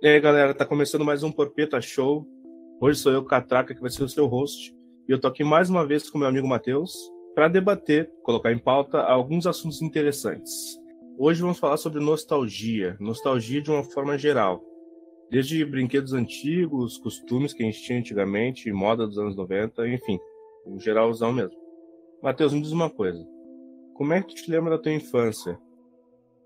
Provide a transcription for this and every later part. E aí, galera, tá começando mais um Porpeta Show. Hoje sou eu, Catraca, que vai ser o seu host. E eu tô aqui mais uma vez com meu amigo Matheus para debater, colocar em pauta alguns assuntos interessantes. Hoje vamos falar sobre nostalgia, nostalgia de uma forma geral. Desde brinquedos antigos, costumes que a gente tinha antigamente, moda dos anos 90, enfim, um geralzão mesmo. Matheus, me diz uma coisa. Como é que tu te lembra da tua infância?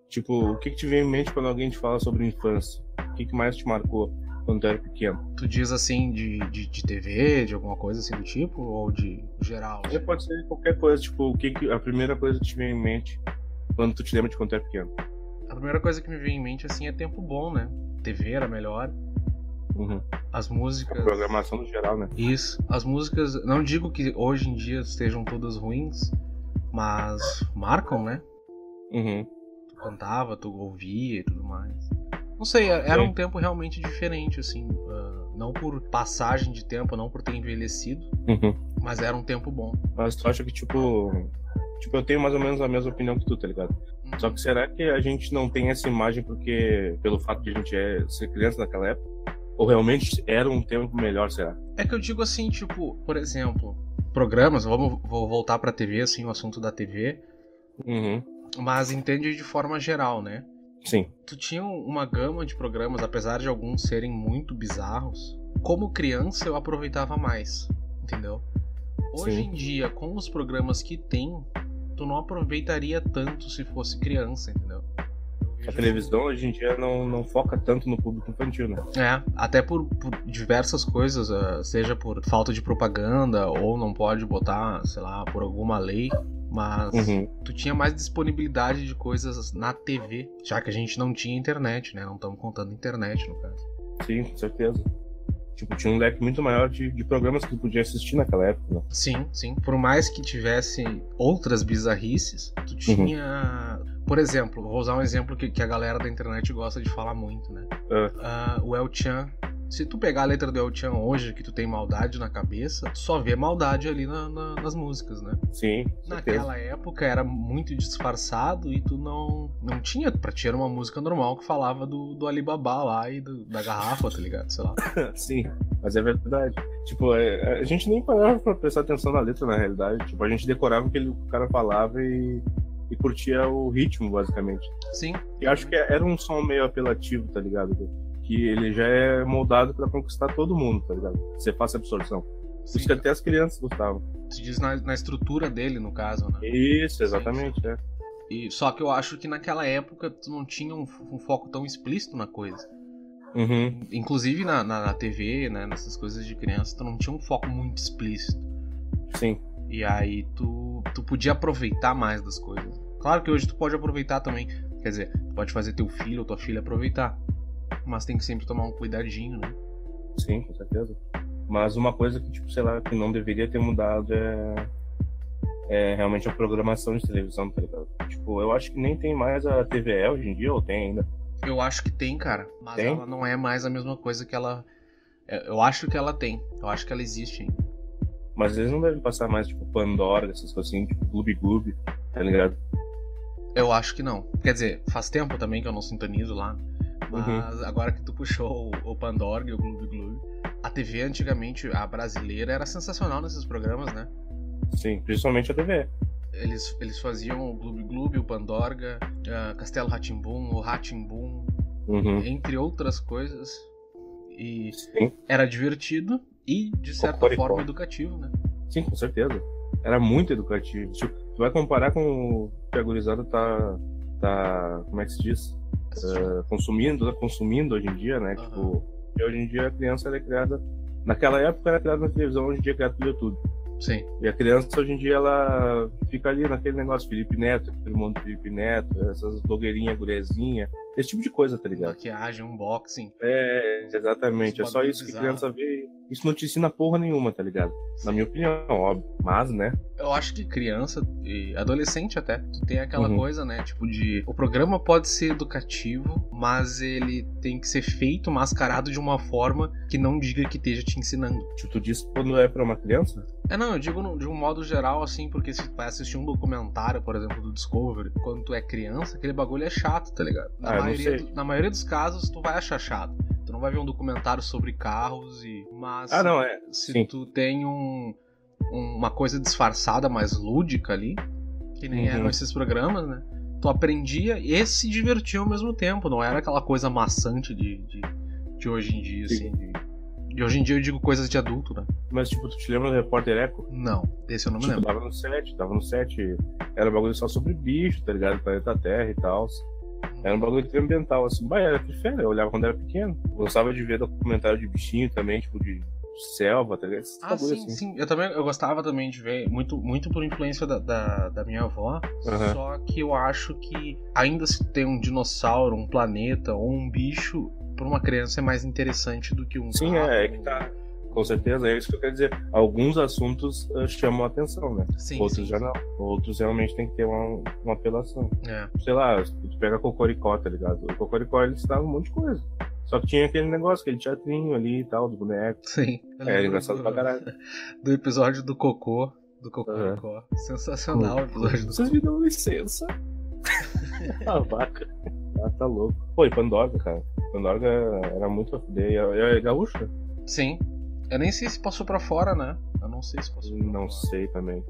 Tipo, o que, que te vem em mente quando alguém te fala sobre infância? O que, que mais te marcou quando tu era pequeno? Tu diz assim de, de, de TV, de alguma coisa assim do tipo, ou de geral? Ou pode ser qualquer coisa, tipo, o que, que a primeira coisa que te vem em mente quando tu te lembra de quando tu era pequeno? A primeira coisa que me vem em mente assim é tempo bom, né? TV era melhor, Uhum. as A músicas. programação no geral, né? Isso. As músicas, não digo que hoje em dia estejam todas ruins, mas marcam, né? Uhum. Tu cantava, tu ouvia e tudo mais. Não sei, era Sim. um tempo realmente diferente, assim. ah, não por passagem de tempo, não por ter envelhecido, Uhum. mas era um tempo bom. Mas tu acha que, tipo. Tipo, eu tenho mais ou menos a mesma opinião que tu, tá ligado? Só que será que a gente não tem essa imagem porque pelo fato de a gente é- ser criança naquela época? Ou realmente era um tempo melhor, será? É que eu digo assim, tipo, por exemplo, programas, vamos vou voltar pra TV, assim, o assunto da TV, Uhum. mas entende de forma geral, né? Sim. Tu tinha um, uma gama de programas, apesar de alguns serem muito bizarros, como criança eu aproveitava mais, entendeu? Hoje Sim. em dia, com os programas que tem, tu não aproveitaria tanto se fosse criança, entendeu? Eu A vejo- televisão hoje em dia não, não foca tanto no público infantil, né? É, até por, por diversas coisas, ah, seja por falta de propaganda ou não pode botar, sei lá, por alguma lei, mas Uhum. tu tinha mais disponibilidade de coisas na TV, já que a gente não tinha internet, né? Não estamos contando internet no caso. Sim, com certeza. Tipo, tinha um leque muito maior de, de programas que tu podia assistir naquela época, né? Sim, sim. Por mais que tivesse outras bizarrices, Uhum. tu tinha. Por exemplo, vou usar um exemplo que, que a galera da internet gosta de falar muito, né? É. Ah, o El Chan. Se tu pegar a letra do El Chan hoje, que tu tem maldade na cabeça, tu só vê maldade ali na- na- nas músicas, né? Sim, com certeza. Naquela época era muito disfarçado e tu não não tinha pra ti era uma música normal que falava do, do Alibaba lá e do- da garrafa, tá ligado? Sei lá. Sim, mas é verdade. Tipo, é, a gente nem parava pra prestar atenção na letra, na realidade. Tipo, a gente decorava o que ele- o cara falava e, e curtia o ritmo, basicamente. Sim. E acho que era um som meio apelativo, tá ligado? Que ele já é moldado pra conquistar todo mundo, tá ligado? Você faça absorção. Por Sim. isso que até as crianças gostavam. Tu diz na, na estrutura dele, no caso, né? Isso, exatamente, é. E, só que eu acho que naquela época tu não tinha um, f- um foco tão explícito na coisa. Uhum. Inclusive na, na, na TV, né? Nessas coisas de criança, tu não tinha um foco muito explícito. Sim. E aí tu, tu podia aproveitar mais das coisas. Claro que hoje tu pode aproveitar também. Quer dizer, tu pode fazer teu filho ou tua filha aproveitar. Mas tem que sempre tomar um cuidadinho, né? Sim, com certeza. Mas uma coisa que, tipo, sei lá, que não deveria ter mudado é, é realmente a programação de televisão, tá ligado? Tipo, eu acho que nem tem mais a TVE hoje em dia, ou tem ainda. Eu acho que tem, cara. Mas Tem? ela não é mais a mesma coisa que ela. é, Eu acho que ela tem. Eu acho que ela existe ainda. Mas eles não devem passar mais, tipo, Pandora, essas coisas assim, tipo, Gloob Gloob, tá ligado? Eu acho que não. Quer dizer, faz tempo também que eu não sintonizo lá. Mas agora que tu puxou o, o Pandorg e o Gloob Gloob, a TV antigamente, a brasileira, era sensacional nesses programas, né? Sim, principalmente a TVE. Eles, eles faziam o Gloob Gloob, o Pandorga, ah, Castelo Ratimbum, o Ratimbum, Uhum. entre outras coisas. E Sim, era divertido e, de certa Cocoricó. forma, educativo, né? sim, com certeza. Era muito educativo. Tipo, tu vai comparar com o que a gurizada tá, tá, como é que se diz? eh, consumindo, né, consumindo hoje em dia, né? Aham. Tipo, e hoje em dia a criança ela é criada. Naquela época era criada na televisão, hoje em dia é criada pelo YouTube. Sim. E a criança hoje em dia ela fica ali naquele negócio Felipe Neto, aquele mundo Felipe Neto, essas blogueirinhas, gurezinha, esse tipo de coisa, tá Uhum. ligado? Maquiagem, unboxing. É, exatamente. É só isso que a criança vê. Isso não te ensina porra nenhuma, tá ligado? Na minha opinião, óbvio. Mas, né? Eu acho que criança e adolescente até, tu tem aquela Uhum. coisa, né? Tipo de. O programa pode ser educativo, mas ele tem que ser feito mascarado de uma forma que não diga que esteja te ensinando. Tipo, tu diz quando é pra uma criança? É, não, eu digo no- de um modo geral, assim, porque se tu vai assistir um documentário, por exemplo, do Discovery, quando tu é criança, aquele bagulho é chato, tá ligado? Na, Ah, eu não maioria, sei. do- na maioria dos casos, tu vai achar chato. Tu vai ver um documentário sobre carros e. Mas Ah, não, é. se sim. tu tem um, uma coisa disfarçada, mais lúdica ali, que nem Uhum. eram esses programas, né? Tu aprendia e se divertia ao mesmo tempo. Não era aquela coisa maçante de, de, de hoje em dia, Sim. assim. De, de hoje em dia eu digo coisas de adulto, né? Mas, tipo, tu te lembra do Repórter Eco? Não, esse eu não me Tipo, lembro. tava no 7, tava no 7. Era um bagulho só sobre bicho, tá ligado? Planeta Terra e tal. Era um bagulho ambiental, assim. Bah, era que fera, eu olhava quando era pequeno. Gostava de ver documentário de bichinho também, tipo, de selva, tá ligado? Esses Ah, bagulho, sim, assim. sim. Eu também eu gostava também de ver, muito, muito por influência da, da, da minha avó. Aham. Só que eu acho que ainda se tem um dinossauro, um planeta ou um bicho, pra uma criança é mais interessante do que um Sim, carro. é, é que tá. Com certeza, é isso que eu quero dizer. Alguns assuntos eh, chamam a atenção, né? Sim, Outros sim, já não. Outros realmente tem que ter uma, uma apelação. É. Sei lá, tu pega Cocoricó, tá ligado? O Cocoricó ele ensinava um monte de coisa. Só que tinha aquele negócio, aquele teatrinho ali e tal, do boneco. Sim. Eu É, lembro engraçado do, pra caralho. do episódio do Cocô. Do Cocô. Sensacional o episódio do Vocês me dão licença. a vaca. Ah, tá louco. Pô, e Pandorga, cara. Pandorga era muito a fuder. E é- é gaúcha? Sim. Eu nem sei se passou pra fora, né? Eu não sei se passou pra Não fora. sei também.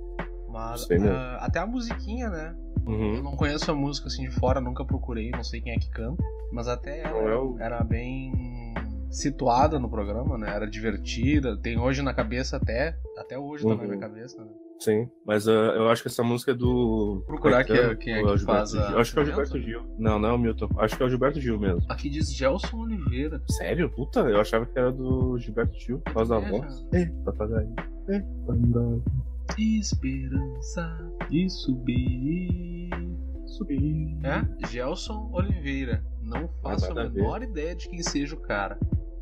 Mas sei mesmo. ah, até a musiquinha, né? Eu Uhum. não conheço a música assim de fora, nunca procurei, não sei quem é que canta. Mas até Não é ela o- era bem situada no programa, né? Era divertida, tem hoje na cabeça até. Até hoje tá na Uhum. minha cabeça, né? Sim. Mas ah, eu acho que essa música é do. Procurar quem é- Caetano, quem é ou que o Gilberto faz a- Gil? Eu Acho que é o Milton? Gilberto Gil. Não, não é o Milton. Acho que é o Gilberto Gil mesmo. Aqui diz Gelson Oliveira. Sério? Puta, eu achava que era do Gilberto Gil por causa da É, voz. É, papagaio. É, Pandorga. Esperança de subir. Subir. É? Gelson Oliveira. Não faço a nada a ver. menor ideia de quem seja o cara.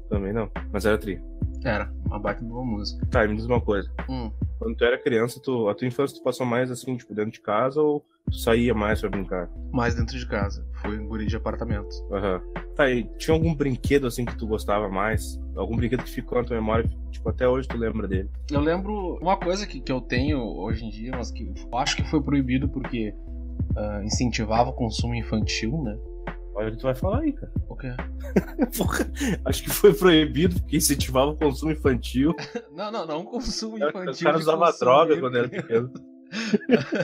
Também não. Mas era tri. Era, uma baita de uma música. Tá, me diz uma coisa. Hum. Quando tu era criança, tu, a tua infância tu passou mais assim, tipo, dentro de casa ou tu saía mais pra brincar? Mas dentro de casa. Foi um guri de apartamento. Aham. Tá, e tinha algum brinquedo assim que tu gostava mais? Algum brinquedo que ficou na tua memória, tipo, até hoje tu lembra dele? Eu lembro uma coisa que, que eu tenho hoje em dia, mas que eu acho que foi proibido porque ah, incentivava o consumo infantil, né? Olha o que tu vai falar aí, cara. O quê? Porra, acho que foi proibido porque incentivava o consumo infantil. Não, não, não consumo infantil. Os caras de usavam consumo droga livre. quando era pequeno.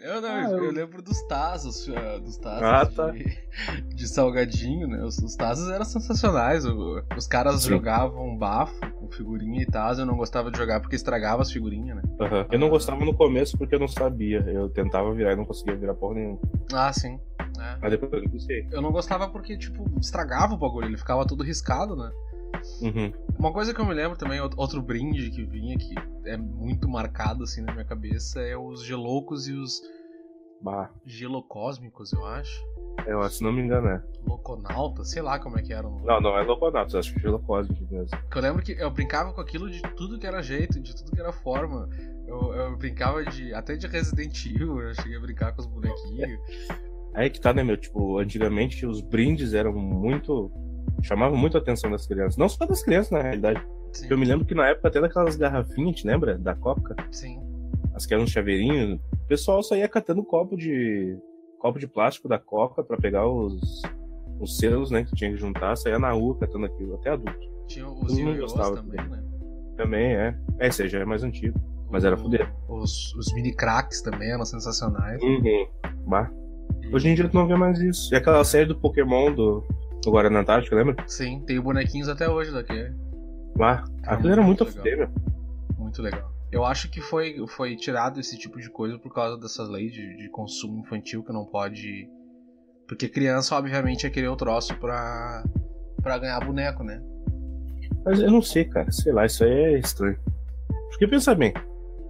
Eu não, Ah, eu, eu- eu lembro dos tazos, ah, dos tazos Ah, tá. de, de salgadinho, né? Os, os tazos eram sensacionais. o- os caras Sim. jogavam um bafo com figurinha e tazo, eu não gostava de jogar porque estragava as figurinhas, né? Aham. Eu não gostava no começo porque eu não sabia. Eu tentava virar e não conseguia virar porra nenhuma. Ah, sim. É. Mas depois eu gostei. Eu não gostava porque, tipo, estragava o bagulho, ele ficava todo riscado, né? Uhum. Uma coisa que eu me lembro também, out- outro brinde que vinha, que é muito marcado assim na minha cabeça, é os geloucos e os Bah, gelocósmicos, eu acho. eu, acho, se não me engano, é. Loconautas, sei lá como é que era o nome. Não, não é Loconatos, acho que é Gelocósmico mesmo. Porque Eu lembro que eu brincava com aquilo de tudo que era jeito, de tudo que era forma. Eu, eu brincava de. até de Resident Evil, eu cheguei a brincar com os bonequinhos. Aí que tá, né, meu? Tipo, antigamente os brindes eram muito. chamavam muito a atenção das crianças. Não só das crianças, na realidade. Sim, Eu me lembro que na época até daquelas garrafinhas, te lembra? Da Coca? sim. As que eram um chaveirinho. O pessoal saía catando copo de. copo de plástico da Coca pra pegar os. os selos, né? Que tinha que juntar, saía na rua catando aquilo, até adulto. Tinha Todo os mundo Yoyos gostava também, né? Também é. É, esse aí já é mais antigo. Mas era O- fuder. Os, os mini cracks também eram sensacionais. Uhum. Bah. E- Hoje em dia tu não vê mais isso. E aquela série do Pokémon do. do Guaraná Antártica, lembra? Sim, tem bonequinhos até hoje daquele. Lá. Era Aquilo era muito muito legal. fudeu, Muito legal. Eu acho que foi, foi tirado esse tipo de coisa por causa dessas leis de, de consumo infantil que não pode. Porque criança, obviamente, ia querer o troço pra, pra ganhar boneco, né? Mas eu não sei, cara. Sei lá, isso aí é estranho. Porque pensa bem.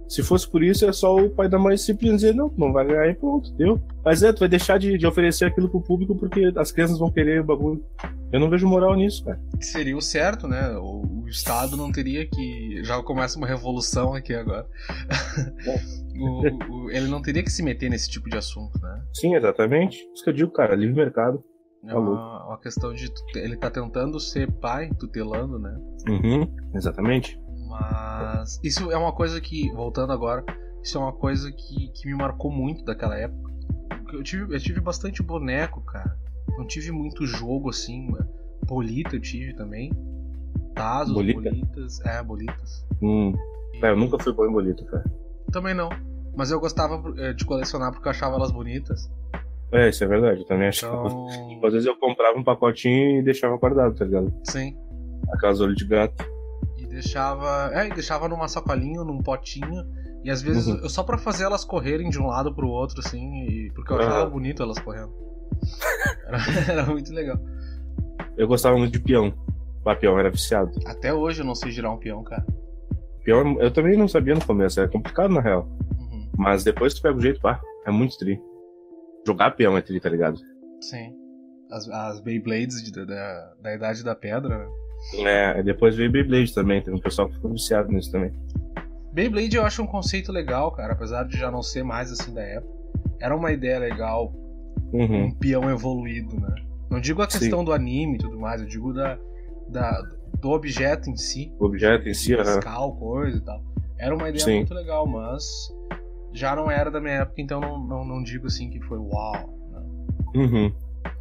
Se fosse por isso, é só o pai da mãe simplesmente dizer, não, tu não vai ganhar e pronto, deu. Mas é, tu vai deixar de, de oferecer aquilo pro público porque as crianças vão querer o bagulho. Eu não vejo moral nisso, cara. Que Seria o certo, né? O, o Estado não teria que. Já começa uma revolução aqui agora. O- o- o- ele não teria que se meter nesse tipo de assunto, né? Sim, exatamente. Isso que eu digo, cara, livre mercado. É Tá louco. uma, uma questão de. tu- Ele tá tentando ser pai, tutelando, né? Uhum, exatamente. Mas isso é uma coisa que, voltando agora, isso é uma coisa que, que me marcou muito daquela época. Eu tive, eu tive bastante boneco, cara. Não tive muito jogo assim, mano. Bolita eu tive também. Tazos, Bolita? bolitas. É, bolitas. Hum. E- É, eu nunca fui bom em bolita, cara. Também não. Mas eu gostava eh, de colecionar porque eu achava elas bonitas. É, isso é verdade, eu também achava. Então. Às vezes eu comprava um pacotinho e deixava guardado, tá ligado? Sim. Aquelas olho de gato. E deixava. É, e deixava numa sacolinha, num potinho. E às vezes Uhum. eu só pra fazer elas correrem de um lado pro outro, assim, e- porque eu Aham. achava bonito elas correndo. Era, era muito legal. Eu gostava muito de peão. Ah, peão era viciado. Até hoje eu não sei girar um peão, cara. Peão, eu também não sabia no começo, era complicado na real. Uhum. Mas depois tu pega o jeito, pá, é muito tri. Jogar peão é tri, tá ligado? Sim. As, as Beyblades de- da, da Idade da Pedra, né? É, depois veio Beyblade também, teve um pessoal que ficou viciado nisso também. Beyblade eu acho um conceito legal, cara, apesar de já não ser mais assim da época. Era uma ideia legal, Uhum. um peão evoluído, né? Não digo a Sim. questão do anime e tudo mais, eu digo da, da- do objeto em si. O objeto em si, de aham. fiscal, coisa e tal. Era uma ideia né? Sim. muito legal, mas já não era da minha época, então não, não, não digo assim que foi uau. né? Uhum.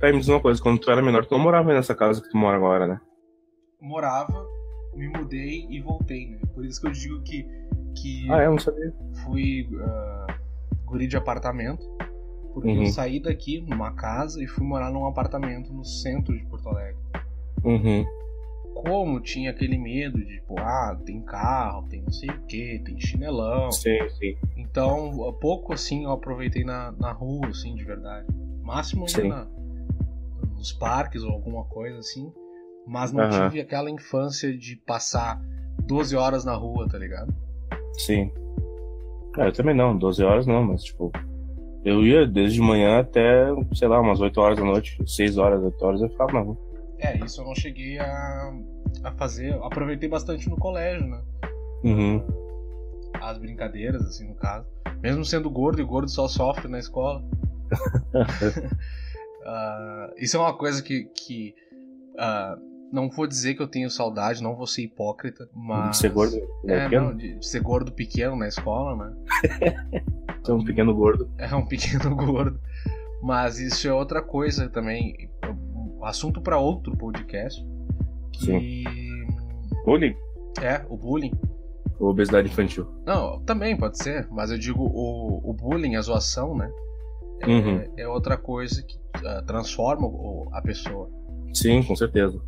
Tá, me diz uma coisa, quando tu era menor, tu não morava aí nessa casa que tu mora agora, né? Morava, me mudei e voltei, né? Por isso que eu digo que, que Ah, é, eu não sabia. fui ah, guri de apartamento, porque Uhum. eu saí daqui numa casa e fui morar num apartamento no centro de Porto Alegre. Uhum. Como tinha aquele medo de, pô, ah, tem carro, tem não sei o que, tem chinelão, Sim, sim. Então, pouco assim eu aproveitei na, na rua, assim, de verdade. Máximo ali Sim. na, nos parques ou alguma coisa assim. Mas não Aham. tive aquela infância de passar 12 horas na rua, tá ligado? Sim. Cara, eu também não, 12 horas não, mas tipo. Eu ia desde de manhã até, sei lá, umas 8 horas da noite, 6 horas, 8 horas, eu ficava na rua. É, isso eu não cheguei a, a fazer. Eu Aproveitei bastante no colégio, né? Uhum. As brincadeiras, assim, no caso. Mesmo sendo gordo, e gordo só sofre na escola. Ah, isso é uma coisa que. que ah, não vou dizer que eu tenho saudade, não vou ser hipócrita, mas. Ser gordo. né? É, pequeno, não, de de ser gordo pequeno na escola, né? ser um pequeno gordo. É um pequeno gordo. Mas isso é outra coisa também. Um assunto pra outro podcast. Que. Bullying? É, o bullying. Ou obesidade infantil? Não, também pode ser, mas eu digo o, o bullying, a zoação, né? É, Uhum. é outra coisa que ah, transforma o- a pessoa. Sim, com certeza.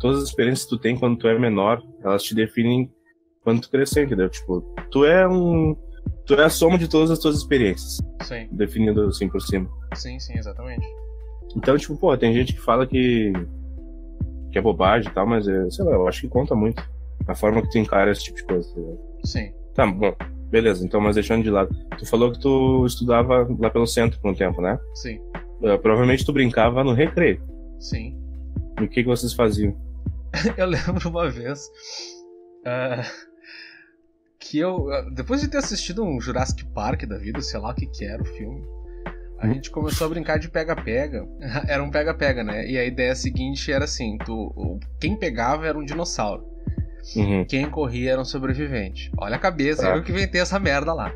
Todas as experiências que tu tem quando tu é menor, elas te definem quando tu crescer, entendeu? Tipo, tu é um. Tu é a soma de todas as tuas experiências, Sim, definindo assim por cima. sim, sim, exatamente. Então, tipo, pô, tem gente que fala que. que é bobagem e tal, mas é, sei lá, eu acho que conta muito. A forma que tu encara esse tipo de coisa. tá ligado? Sim, Tá, bom. Beleza, então, mas deixando de lado. Tu falou que tu estudava lá pelo centro por um tempo, né? sim, Eh, provavelmente tu brincava no recreio. sim. E o que, que vocês faziam? Eu lembro uma vez ah, que eu, ah, depois de ter assistido um Jurassic Park da vida, sei lá o que que era o filme, a Hum. gente começou a brincar de pega-pega. Era um pega-pega, né? E a ideia seguinte era assim: tu, o- quem pegava era um dinossauro, Uhum. quem corria era um sobrevivente. Olha a cabeça, Tá. eu que inventei essa merda lá.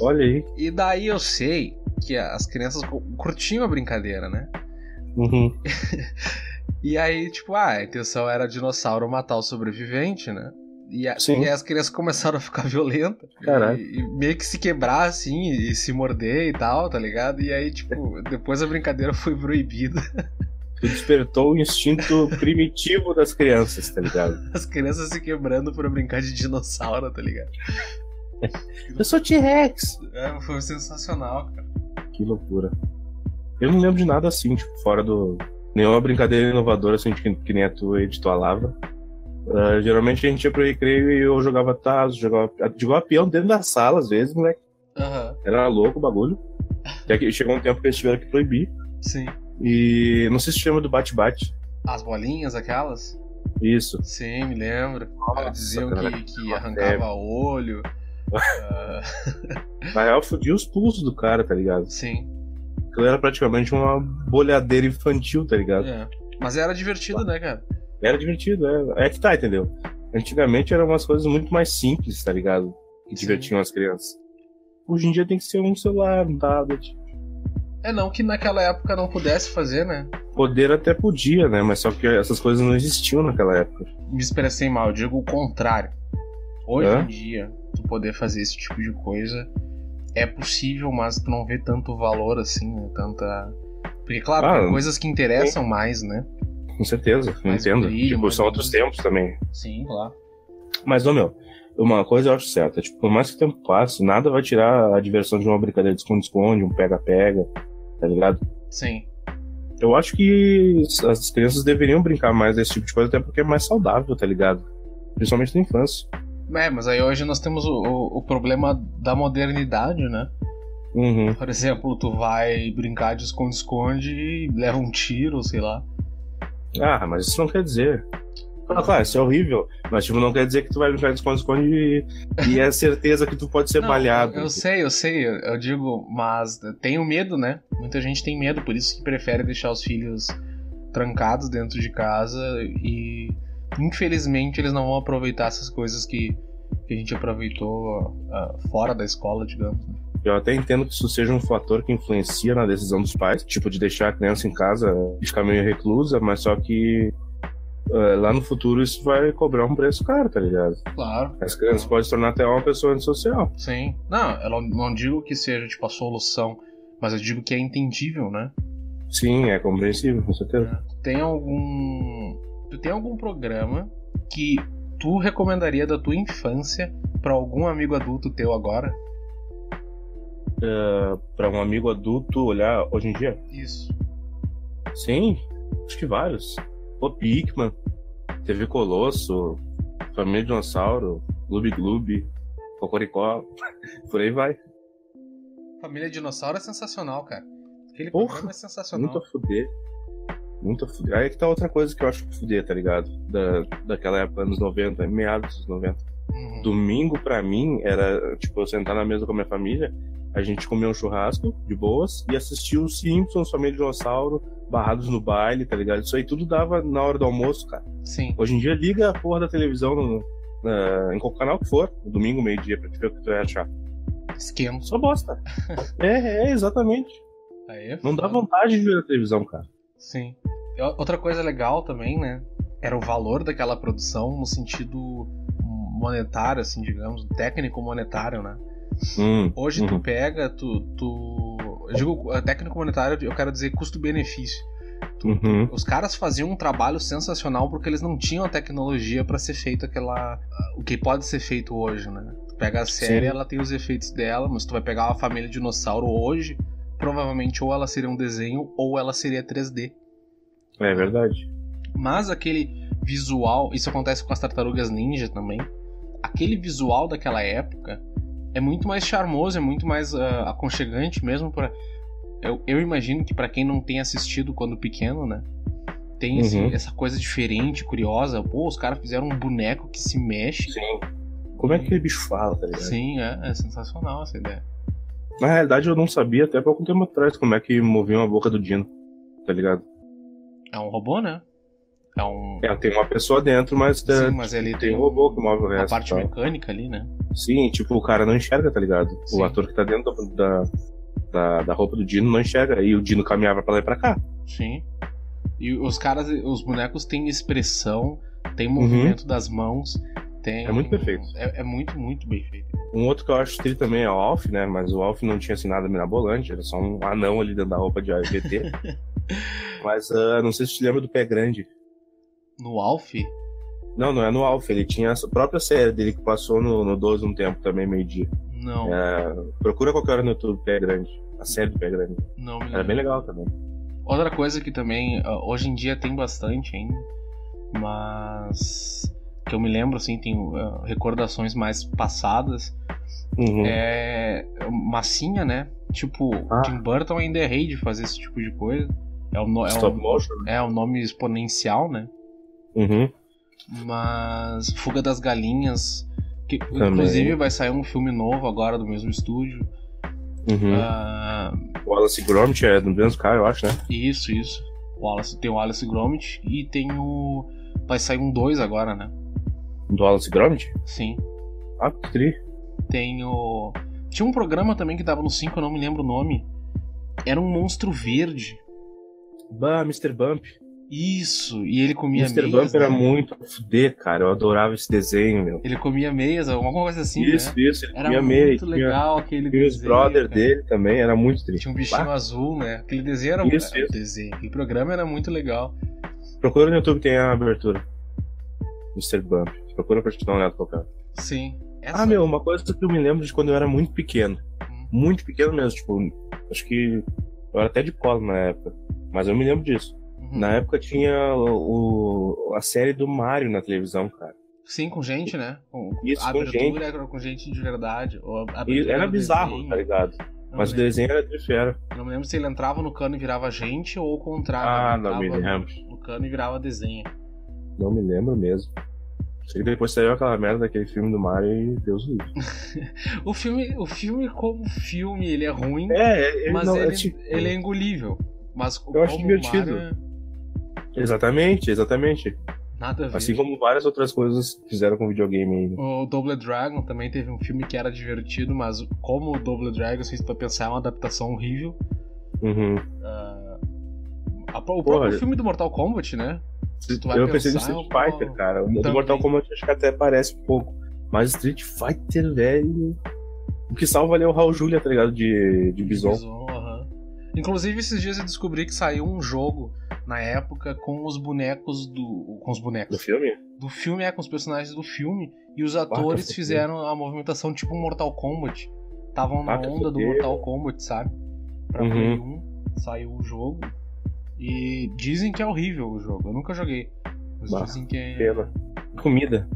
Olha aí. E daí eu sei que as crianças cu- curtiam a brincadeira, né? Uhum. E aí, tipo, ah, a intenção era dinossauro matar o sobrevivente, né? E, a- Sim. e as crianças começaram a ficar violentas. Caralho. E, e meio que se quebrar, assim, e, e se morder e tal, tá ligado? E aí, tipo, depois a brincadeira foi proibida. Tu despertou o instinto primitivo das crianças, tá ligado? As crianças se quebrando pra brincar de dinossauro, tá ligado? Eu sou T-Rex! É, foi sensacional, cara. Que loucura. Eu não lembro de nada assim, tipo, fora do. Nenhuma brincadeira inovadora, assim, que, que nem a tua e de tua lava. Ah, geralmente a gente ia pro recreio e eu jogava tazo, jogava, jogava peão dentro da sala, às vezes, moleque. Aham, Era louco o bagulho. Até que chegou um tempo que eles tiveram que proibir. sim. E não sei se chama do bate-bate. As bolinhas, aquelas? Isso. Sim, me lembro. Nossa, Diziam cara. que, que arrancava olho. Ah, Na real, fudia os pulsos do cara, tá ligado? sim, Aquilo era praticamente uma bolhadeira infantil, tá ligado? é. Mas era divertido, né, cara? Era divertido, é. É que tá, entendeu? Antigamente eram umas coisas muito mais simples, tá ligado? Que Sim. divertiam as crianças. Hoje em dia tem que ser um celular, um tablet. É não que naquela época não pudesse fazer, né? Poder até podia, né? Mas só que essas coisas não existiam naquela época. Me expressei mal, eu digo o contrário. Hoje Hã? em dia, tu poder fazer esse tipo de coisa é possível, mas tu não vê tanto valor assim, né? Tanta. Porque, claro, Ah, tem coisas que interessam mais, né? Com certeza, eu Mais entendo. brilho, tipo, mais são outros tempos também. Sim, claro. Mas, ô meu, uma coisa eu acho certa, tipo, por mais que o tempo passe, nada vai tirar a diversão de uma brincadeira de esconde-esconde, um pega-pega, tá ligado? Sim. Eu acho que as crianças deveriam brincar mais desse tipo de coisa, até porque é mais saudável, tá ligado? Principalmente na infância. É, mas aí hoje nós temos o, o, o problema da modernidade, né? Uhum. Por exemplo, tu vai brincar de esconde-esconde e leva um tiro, sei lá. Ah, mas isso não quer dizer. Ah, claro, isso é horrível, mas tipo, não quer dizer que tu vai brincar de esconde-esconde e, e é certeza que tu pode ser Não, baleado. Eu, eu sei, eu sei, eu, eu digo, mas tem o medo, né? Muita gente tem medo, por isso que prefere deixar os filhos trancados dentro de casa e infelizmente eles não vão aproveitar essas coisas que, que a gente aproveitou ah, fora da escola, digamos. né? Eu até entendo que isso seja um fator que influencia na decisão dos pais, tipo de deixar a criança em casa e ficar meio reclusa, mas só que eh, lá no futuro isso vai cobrar um preço caro, tá ligado? Claro. As crianças podem se tornar até uma pessoa antissocial. Sim. Não, eu não, não digo que seja tipo a solução, mas eu digo que é entendível, né? Sim, é compreensível, com certeza. Tem algum. Tu tem algum programa que tu recomendaria da tua infância pra algum amigo adulto teu agora? Pra um amigo adulto olhar hoje em dia? Isso. Sim, acho que vários. O Pikman, TV Colosso, Família Dinossauro, Gloob Gloob, Cocoricó, por aí vai. Família Dinossauro é sensacional, cara. Aquele Porra, programa é sensacional. Muito a fuder. Muito a fuder. Aí que tá outra coisa que eu acho que fuder, tá ligado? Da, daquela época, anos 90, meados dos 90. Uhum. Domingo, pra mim, era, tipo, eu sentar na mesa com a minha família, a gente comia um churrasco, de boas, e assistia os Simpsons, Família Dinossauro, Barrados no Baile, tá ligado? Isso aí tudo dava na hora do almoço, cara. Sim. Hoje em dia, liga a porra da televisão no- na- em qualquer canal que for, no domingo, meio-dia, pra te ver o que tu vai achar. Esquema. Só bosta. é, é, exatamente. Aí é Não dá foda. vontade de ver a televisão, cara. Sim. E o- Outra coisa legal também, né? Era o valor daquela produção no sentido monetário, assim, digamos, técnico monetário, né? Hum. Hoje tu Uhum. pega, tu. tu eu digo, eh, técnico monetário, eu quero dizer custo-benefício. Uhum. Os caras faziam um trabalho sensacional porque eles não tinham a tecnologia pra ser feito aquela. ah, O que pode ser feito hoje, né? Tu pega a série, Sim. ela tem os efeitos dela, mas tu vai pegar uma família dinossauro hoje, provavelmente ou ela seria um desenho ou ela seria 3D. É verdade. Mas aquele visual, isso acontece com as tartarugas ninja também. Aquele visual daquela época é muito mais charmoso, é muito mais ah, aconchegante mesmo para eu, eu imagino que para quem não tem assistido quando pequeno, né? Tem esse- Uhum. essa coisa diferente, curiosa. Pô, os caras fizeram um boneco que se mexe. Sim. Como é que aquele bicho fala, tá ligado? Sim, é, é sensacional essa ideia. Na realidade, eu não sabia até pouco tempo atrás como é que moviam a boca do Dino, tá ligado? É um robô, né? É um. É, tem uma pessoa dentro, mas Sim, tem, mas ele tem um robô tá? que move o a resto. parte e tal. mecânica ali, né? Sim, tipo, o cara não enxerga, tá ligado? Sim. O ator que tá dentro da, da, da roupa do Dino não enxerga. E o Dino caminhava pra lá e pra cá. Sim. E os caras, os bonecos têm expressão, tem movimento das mãos, tem. Uhum. É muito perfeito. É, é muito, muito bem feito. Um outro que eu acho tri também é o Alf, né? Mas o Alf não tinha assim nada mirabolante, era só um anão ali dentro da roupa de AVT. mas ah, não sei se te lembra do Pé Grande. No Alf, Não, não é no Alf, ele tinha a própria série dele que passou no, no 12 um tempo também, meio-dia. não, É. Procura qualquer hora no YouTube, Pé Grande. A série do Pé Grande. não me Era lembro. bem legal também. Outra coisa que também ah, hoje em dia tem bastante ainda, mas que eu me lembro assim, tem ah, recordações mais passadas, Uhum. é massinha, né? Tipo, Ah. Tim Burton ainda é rei de fazer esse tipo de coisa. É o, no- é Stop o, motion. né? é o nome exponencial, né? Uhum. Mas Fuga das Galinhas, que Também. inclusive vai sair um filme novo agora do mesmo estúdio. Uhum. Ah, Wallace e Gromit é do mesmo cara, eu acho, né? isso, isso. O Wallace, tem o Wallace Gromit e tem o. Vai sair um 2 agora, né? Do Wallace e Gromit? Sim. Ah, que tri. Tem o. Tinha um programa também que dava no 5, eu não me lembro o nome. Era um monstro verde. Bah, Mr. Bump. Isso, e ele comia Mr. meias. Bump né? era muito a fuder, cara. Eu adorava esse desenho, meu. Ele comia meias, alguma coisa assim, isso, né? isso, ele Era tinha muito meia. Tinha, legal aquele tinha os desenho, brother cara. dele também, era muito triste. Tinha um bichinho Bah. azul, né? Aquele desenho era Isso, era um isso. desenho. Aquele programa era muito legal. Procura no YouTube, tem a abertura. Mr. Bump. Procura pra te dar uma olhada qualquer. Sim. Essa- Ah, meu, uma coisa que eu me lembro de quando eu era muito pequeno. Hum. Muito pequeno mesmo, tipo, acho que eu era até de colo na época. Mas eu me lembro disso. Uhum. Na época tinha o, o- a série do Mario na televisão, cara. Sim, com gente, né? Com, Isso, a com abertura gente. era com gente de verdade. Ou a E abertura era do bizarro, desenho. tá ligado? Não Mas o lembro. desenho era de fera. Não me lembro se ele entrava no cano e virava gente ou o contrário. Ah, ele não me entrava lembro. No cano e virava desenho. Não me lembro mesmo. Sei que depois saiu aquela merda daquele filme do Mario e Deus o livre. O filme, o filme como filme, ele é ruim, É, é, ele mas não, é ele, tipo- ele é engolível. Mas como acho divertido. Mario, é Exatamente, exatamente. Uhum. nada a ver. Assim como várias outras coisas fizeram com videogame ainda. O Double Dragon também teve um filme que era divertido, mas como o Double Dragon, se for pensar, é uma adaptação horrível. Uhum. A- O próprio Porra. filme do Mortal Kombat, né? Se tu vai eu pensei no pensar, é um Street eu- Fighter, cara. O do Também. Mortal Kombat acho que até parece um pouco. Mas Street Fighter, velho. O que salva ali é o Raul Julia, tá ligado? De, de Bison. Bison, aham. Inclusive, esses dias eu descobri que saiu um jogo na época com os bonecos do. Com os Do bonecos. filme? Do filme, é, com os personagens do filme. E Ah, os atores que fizeram a movimentação tipo Mortal Kombat. Estavam na Ah, que onda do fodeiro. Mortal Kombat, sabe? Pra Uhum. Play 1, saiu o jogo. E dizem que é horrível o jogo. Eu nunca joguei. Mas Bah, dizem que é. Pena. Comida.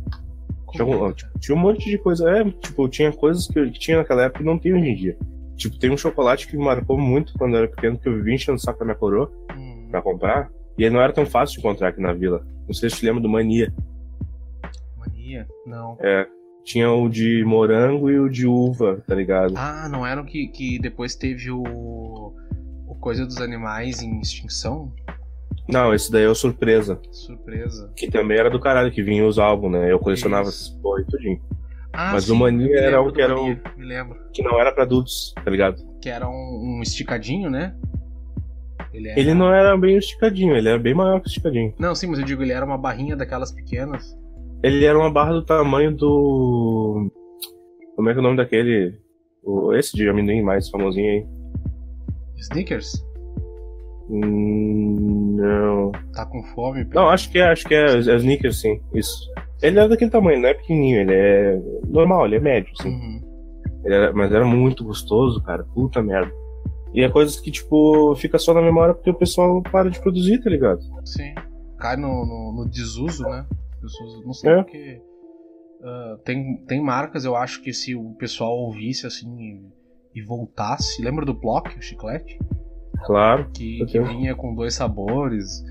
Tinha, Como um, é, cara? tipo, tinha um monte de coisa. É, tipo, tinha coisas que, que tinha naquela época e não tem hoje em dia. Tipo, tem um chocolate que me marcou muito quando eu era pequeno, que eu vivia enchendo o saco da minha coroa Hum, pra comprar. E ele não era tão fácil de encontrar aqui na vila. Não sei se te lembra do Mania. mania? Não. Tinha o de morango e o de uva, tá ligado? Ah, não eram que, que depois teve o. O Coisa dos Animais em Extinção? Não, esse daí é o surpresa. Surpresa. Que também era do caralho, que vinha os álbuns, né? Eu colecionava Isso. esses porra e tudinho. Ah, Mas o sim, Mania eu me era lembro o do que era o- Mania, Me lembro. Que não era pra adultos, tá ligado? Que era um, um esticadinho, né? Ele, era... Ele não era bem esticadinho, ele era bem maior que o esticadinho. Não, sim, mas eu digo, ele era uma barrinha daquelas pequenas. Ele era uma barra do tamanho do. Como é que é o nome daquele. o- Esse de amendoim mais famosinho aí. Snickers? Hum, não. Tá com fome? Pedro? Não, acho que é, acho que é, é sneakers, sim. Isso. Ele era daquele tamanho, não é pequenininho, ele é normal, ele é médio, assim. Uhum. Ele era- mas era muito gostoso, cara. Puta merda. E é coisas que, tipo, fica só na memória porque o pessoal para de produzir, tá ligado? Sim. Cai no, no, no desuso, né? As pessoas não sei É. porque. ah, tem, tem marcas, eu acho que se o pessoal ouvisse assim e, e voltasse. Lembra do Block, o chiclete? Claro. Que, Eu que tenho. vinha com dois sabores.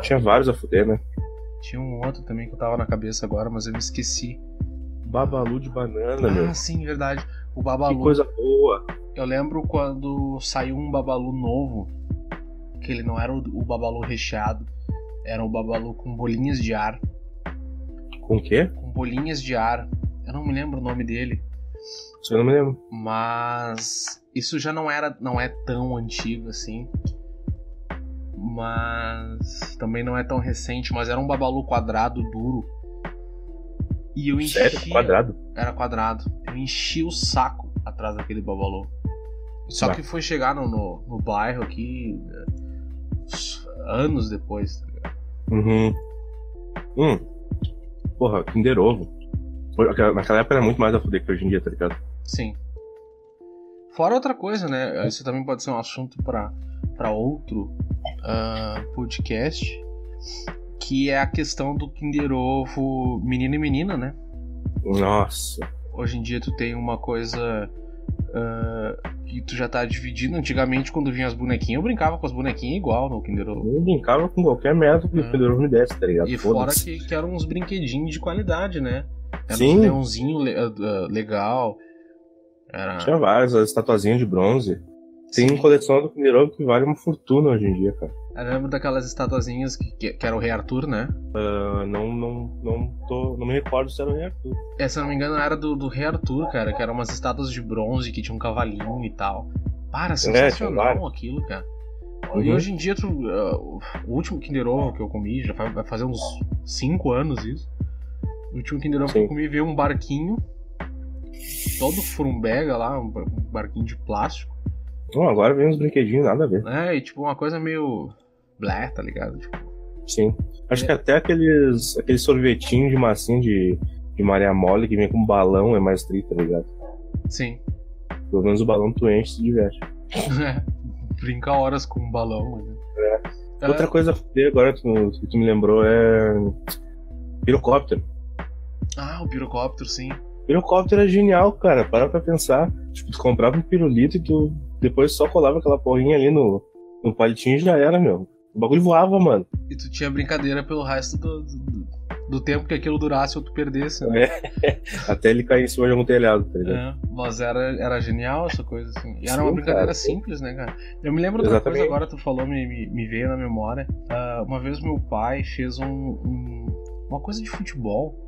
Tinha vários a fuder, né? Tinha um outro também que eu tava na cabeça agora, mas eu me esqueci. Babalu de banana, meu. Ah, sim, verdade. O Que Babalu. coisa boa. Eu lembro quando saiu um Babalu novo, que ele não era o, o Babalu recheado, era o Babalu com bolinhas de ar. Com o quê? Com bolinhas de ar. Eu não me lembro o nome dele, Isso eu não me lembro. mas isso já não era, não é tão antigo assim. Mas também não é tão recente, mas era um Babalu quadrado duro. E eu enchia. Sério? Quadrado. era quadrado. Eu enchi o saco atrás daquele babalô. Só Bah. que foi chegar no, no, no bairro aqui eh, anos depois. tá ligado? Uhum. Hum. Porra, Kinder Ovo. Naquela- Naquela época era muito mais a fuder que hoje em dia, tá ligado? Sim. Fora outra coisa, né? Isso também pode ser um assunto pra pra outro ah, podcast, que é a questão do Kinder Ovo menino e menina, né? Nossa. hoje em dia tu tem uma coisa ah, que tu já tá dividindo. Antigamente, quando vinha as bonequinhas, eu brincava com as bonequinhas igual no Kinder Ovo. Eu brincava com qualquer merda que Ah. o Kinder Ovo me desse, tá ligado? E fora Foda-se. que, que eram uns brinquedinhos de qualidade, né? Era Sim. uns leãozinho le- ah, ah, legal. Era... Tinha várias, as estatuazinhas de bronze. Tem coleção do Kinder Ovo que vale uma fortuna hoje em dia, cara. Eu lembro daquelas estatuazinhas que, que, que era o Rei Arthur, né? Eu Ah, não, não, não, tô, não me recordo se era o Rei Arthur. É, se eu não me engano, era do, do Rei Arthur, cara, que eram umas estátuas de bronze que tinha um cavalinho e tal. Para, É, tinha sensacional várias. aquilo, cara. Uhum. E hoje em dia, tu, uh, o último Kinder Ovo que eu comi, já faz, vai fazer uns 5 anos isso. O último Kinder Ovo que eu Sim. comi veio um barquinho, todo furumbega lá, um bar- um barquinho de plástico. Bom, agora vem uns brinquedinhos, nada a ver. É, e tipo, uma coisa meio. blé, tá ligado? Tipo, Sim. É. Acho que até aqueles, aqueles sorvetinhos de massinha de, de Maria Mole que vem com balão é mais triste, tá ligado? sim. Pelo menos o balão tu enche e se diverte. é. Brinca horas com um balão. Né? Ah, Outra coisa a fuder agora que tu, que tu me lembrou é. Pirocóptero. Ah, o pirocóptero, sim. Pirocóptero é genial, cara. Para pra pensar. Tipo, tu comprava um pirulito e tu depois só colava aquela porrinha ali no, no palitinho e já era, meu. O bagulho voava, mano. E tu tinha brincadeira pelo resto do, do, do tempo que aquilo durasse ou tu perdesse, né? Até ele cair em cima de algum telhado, tá ligado? É, mas era, era genial essa coisa, assim. E era Sim, uma brincadeira cara. simples, né, cara? Eu me lembro de outra coisa Exatamente. agora, tu falou, me, me, me veio na memória. Ah, uma vez meu pai fez um, um- uma coisa de futebol.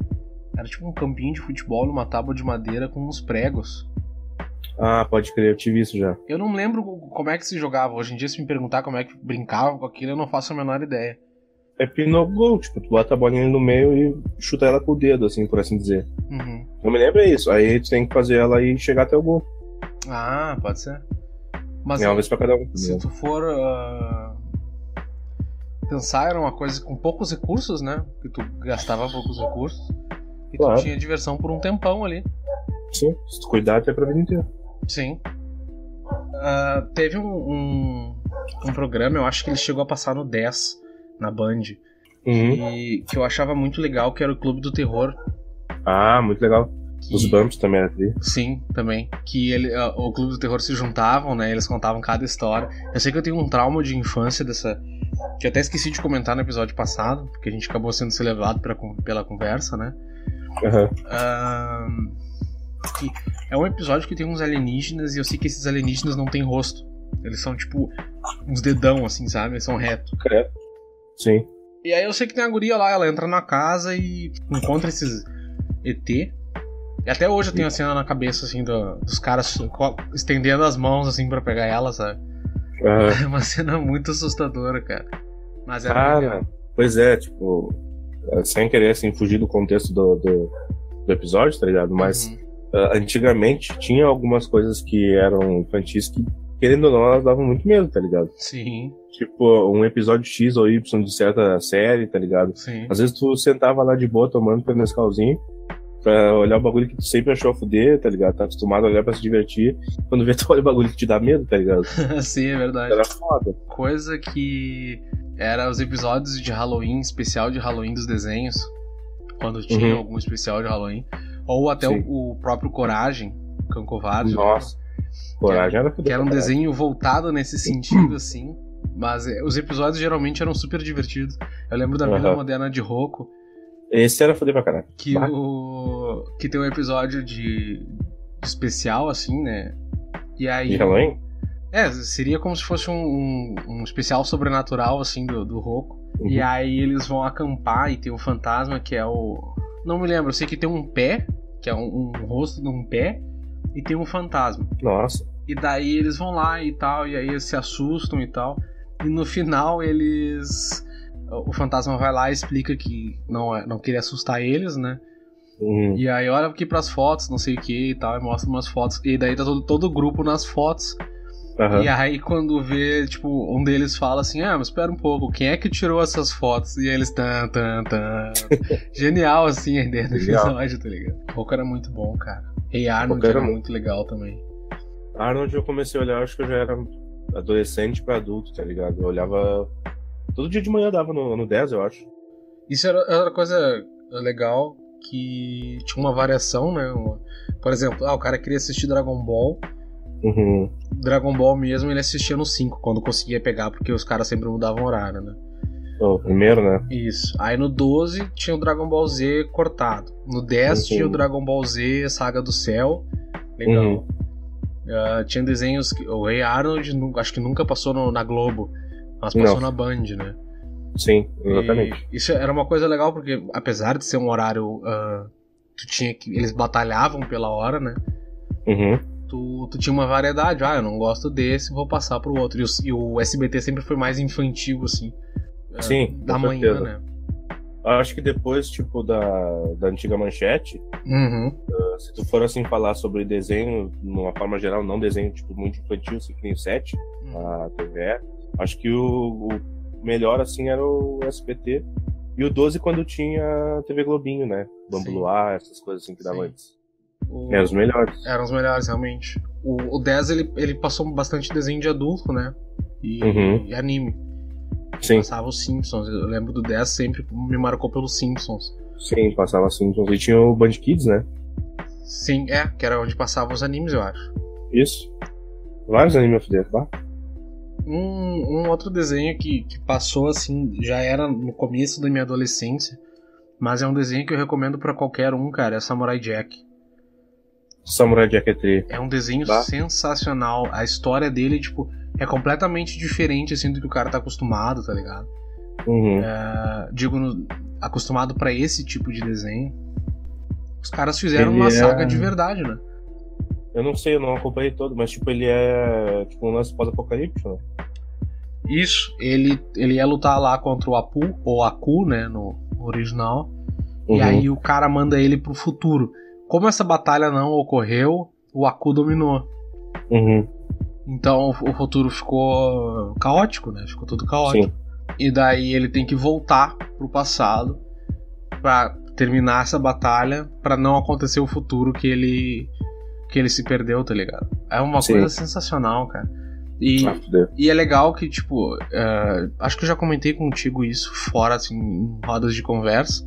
Era tipo um campinho de futebol numa tábua de madeira com uns pregos. Ah, pode crer, eu tive isso já. Eu não lembro como é que se jogava. Hoje em dia, se me perguntar como é que brincava com aquilo, eu não faço a menor ideia. É pinogol, tipo, tu bota a bolinha no meio e chuta ela com o dedo, assim, por assim dizer. Uhum. Eu me lembro é isso. Aí tu tem que fazer ela e chegar até o gol. Ah, pode ser. Mas É uma vez pra cada um. Se tu for ah, pensar, era uma coisa com poucos recursos, né? Que tu gastava poucos recursos. E Claro. tu tinha diversão por um tempão ali. Sim, se tu cuidar até pra vida inteira. Sim. Ah, teve um, um, um programa, eu acho que ele chegou a passar no 10, na Band, Uhum. e que eu achava muito legal, que era o Clube do Terror. Ah, muito legal. que- Os bumps também né? era ali. Sim, também. Que ele, ah, o Clube do Terror se juntavam, né? Eles contavam cada história. Eu sei que eu tenho um trauma de infância dessa. Que eu até esqueci de comentar no episódio passado, porque a gente acabou sendo se levado pra con- pela conversa, né? Aham. Ahn, que é um episódio que tem uns alienígenas e eu sei que esses alienígenas não têm rosto. Eles são tipo uns dedão, assim, sabe? Eles são retos. Credo. Sim. E aí eu sei que tem a guria lá, ela entra na casa e encontra esses ET. E até hoje eu tenho a cena na cabeça, assim, do- dos caras co- estendendo as mãos, assim, pra pegar ela, sabe? Aham. É uma cena muito assustadora, cara. Mas era legal. Cara, pois é, tipo, eh, sem querer, assim, fugir do contexto do, do, do episódio, tá ligado? Mas Uhum. eh, antigamente tinha algumas coisas que eram infantis que, querendo ou não, elas davam muito medo, tá ligado? Sim, Tipo, um episódio X ou Y de certa série, tá ligado? sim. Às vezes tu sentava lá de boa tomando teu Nescauzinho pra olhar o bagulho que tu sempre achou a fuder, tá ligado? Tá acostumado a olhar pra se divertir. Quando vê, tu olha o bagulho que te dá medo, tá ligado? sim, é verdade. Era foda. Coisa que era os episódios de Halloween, especial de Halloween dos desenhos. Quando tinha Uhum. algum especial de Halloween. Ou até Sim. o, o próprio Coragem, Cão Covarde. né? Nossa. Coragem era fuder. Que era um pra caralho. desenho voltado nesse sentido, assim. Mas é, os episódios geralmente eram super divertidos. Eu lembro da Vila Aham. Moderna de Rocco, Esse era fuder pra caralho. que, Bah. o, que tem um episódio de, de especial, assim, né? E aí. De Halloween? É, seria como se fosse um, um, um especial sobrenatural, assim, do, do Rocco. Uhum. E aí eles vão acampar e tem o fantasma que é o. Não me lembro, eu sei que tem um pé, que é um, um rosto de um pé, e tem um fantasma. Nossa. E daí eles vão lá e tal, e aí eles se assustam e tal. E no final eles. O fantasma vai lá e explica que não, é- não queria assustar eles, né? Uhum. E aí olha aqui pras fotos, não sei o que e tal, e mostra umas fotos. E daí tá todo, todo o grupo nas fotos. Aham. E aí quando vê, tipo, um deles fala assim, ah, mas espera um pouco, quem é que tirou essas fotos? E aí eles tan, tan, tan. Genial, assim, a ideia do Genial. episódio, tá ligado? Roku era muito bom, cara. Rei Arnold Roku era era muito- muito legal também. Arnold eu comecei a olhar, acho que eu já era adolescente pra adulto, tá ligado? Eu olhava. Todo dia de manhã eu dava no, no 10, eu acho. Isso era era outra coisa legal que tinha uma variação, né? Uma- Por exemplo, ah, o cara queria assistir Dragon Ball. Uhum. Dragon Ball mesmo ele assistia no 5, quando conseguia pegar, porque os caras sempre mudavam o horário, né? O primeiro, né? Isso. Aí no 12 tinha o Dragon Ball Z cortado. No 10 Uhum. tinha o Dragon Ball Z Saga do Céu. Legal. Uhum. Ah, tinha desenhos que o Rei Arnold nu- acho que nunca passou no- na Globo, mas passou Não. na Band, né? Sim, exatamente. E isso era uma coisa legal, porque apesar de ser um horário. ah, tu tinha que. Eles batalhavam pela hora, né? Uhum. tu, tu tinha uma variedade. Ah, eu não gosto desse, vou passar pro outro. E o, e o SBT sempre foi mais infantil, assim. Sim, da com manhã, certeza. né? Acho que depois, tipo, da, da antiga manchete, Uhum. se tu for assim falar sobre desenho, numa forma geral, não desenho, tipo, muito infantil, assim, que nem o 7, a TVE, acho que o, o melhor, assim, era o SBT. E o 12 quando tinha a TV Globinho, né? Bambu Sim. Luar, essas coisas assim que dava Sim. antes. O- É, os melhores. Eram os melhores, realmente. O, o 10 ele, ele passou bastante desenho de adulto, né? E, Uhum. e anime. Sim, Passava os Simpsons. Eu lembro do 10 sempre me marcou pelos Simpsons. sim, passava assim. E tinha o Band Kids, né? Sim, é, que era onde passavam os animes, eu acho. Isso. Vários anime of the bah. Um, um outro desenho que, que passou assim, já era no começo da minha adolescência, mas é um desenho que eu recomendo pra qualquer um, cara, é Samurai Jack. Samurai Jack é tri. É um desenho Bah. sensacional. A história dele, tipo, é completamente diferente assim do que o cara tá acostumado, tá ligado? Uhum. É. digo, no- acostumado pra esse tipo de desenho. Os caras fizeram Ele uma é- saga de verdade, né? Eu não sei, eu não acompanhei todo, mas tipo, ele é tipo um lance pós-apocalíptico, né? Isso. Ele, ele ia lutar lá contra o Apu, ou Aku, né, no original. E Uhum. aí o cara manda ele pro futuro. Como essa batalha não ocorreu, o Aku dominou. Uhum. Então o o futuro ficou caótico, né? Ficou tudo caótico. Sim. E daí ele tem que voltar pro passado pra terminar essa batalha pra não acontecer o futuro que ele que ele se perdeu, tá ligado? É uma Sim. coisa sensacional, cara. E, Ah, fudeu. e é legal que, tipo, eh, acho que eu já comentei contigo isso fora, assim, em rodas de conversa.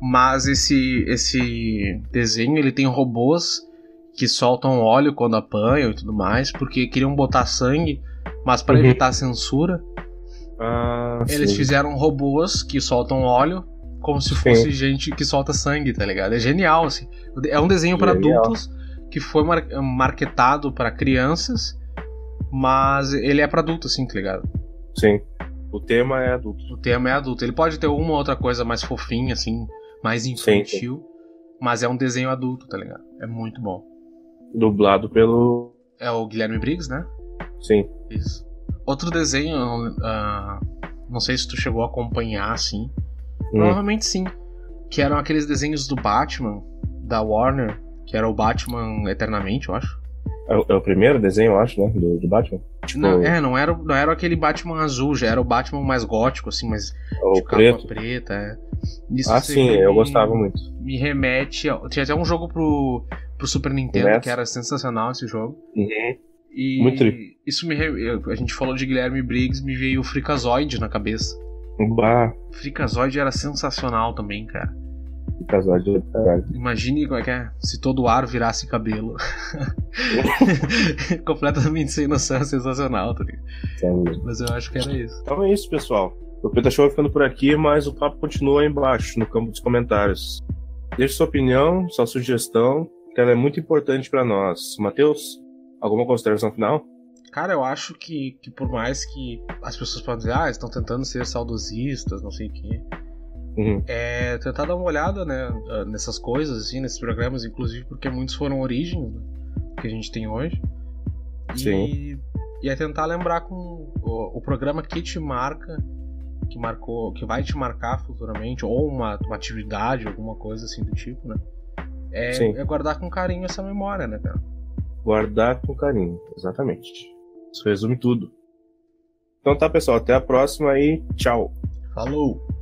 Mas esse, esse desenho, ele tem robôs que soltam óleo quando apanham e tudo mais, porque queriam botar sangue, mas para Uhum. evitar a censura, Ah, eles sim. fizeram robôs que soltam óleo como Sim. se fosse gente que solta sangue, tá ligado? É genial, assim. É um desenho pra Genial. adultos que foi mar marketado pra crianças, mas ele é pra adulto, assim, tá ligado? Sim. O tema é adulto. O tema é adulto. Ele pode ter uma ou outra coisa mais fofinha, assim, mais infantil, mas é um desenho adulto, tá ligado? É muito bom. Dublado pelo. É o Guilherme Briggs, né? Sim. Isso. Outro desenho, ah, não sei se tu chegou a acompanhar, assim, Hum. Provavelmente sim. Que eram aqueles desenhos do Batman, da Warner, que era o Batman Eternamente, eu acho. É, o, é o primeiro desenho, eu acho, né? Do, do Batman. Tipo, Não, é, não era, não era aquele Batman azul, já era o Batman mais gótico, assim, mas é o de capa preto. preta. É. Isso Ah, sempre sim, eu me- gostava muito. Me remete. Ao, tinha até um jogo pro, pro Super Nintendo, Nessa. que era sensacional esse jogo. Uhum. E Muito isso me. re- eu- A gente falou de Guilherme Briggs, me veio o Frikazoid na cabeça. Bah, Frikazoid era sensacional também, cara. que um casal de caralho. Imagine como é que é se todo ar virasse cabelo. Completamente sem noção, é sensacional, tá ligado? Sério. Mas eu acho que era isso. Então é isso, pessoal. O Peta Show vai ficando por aqui, mas o papo continua aí embaixo, no campo dos comentários. Deixe sua opinião, sua sugestão, que ela é muito importante pra nós. Matheus, alguma consideração final? Cara, eu acho que, que por mais que as pessoas podem dizer, ah, estão tentando ser saudosistas, não sei o quê, Uhum. é tentar dar uma olhada, né, ah, nessas coisas, assim, nesses programas, inclusive porque muitos foram origens né, que a gente tem hoje. E, Sim. E é tentar lembrar com o, o programa que te marca, que marcou, que vai te marcar futuramente, ou uma, uma atividade, alguma coisa assim do tipo, né? É, Sim. é guardar com carinho essa memória, né, cara? Guardar com carinho, exatamente. Isso resume tudo. Então tá, pessoal, até a próxima e tchau. Falou!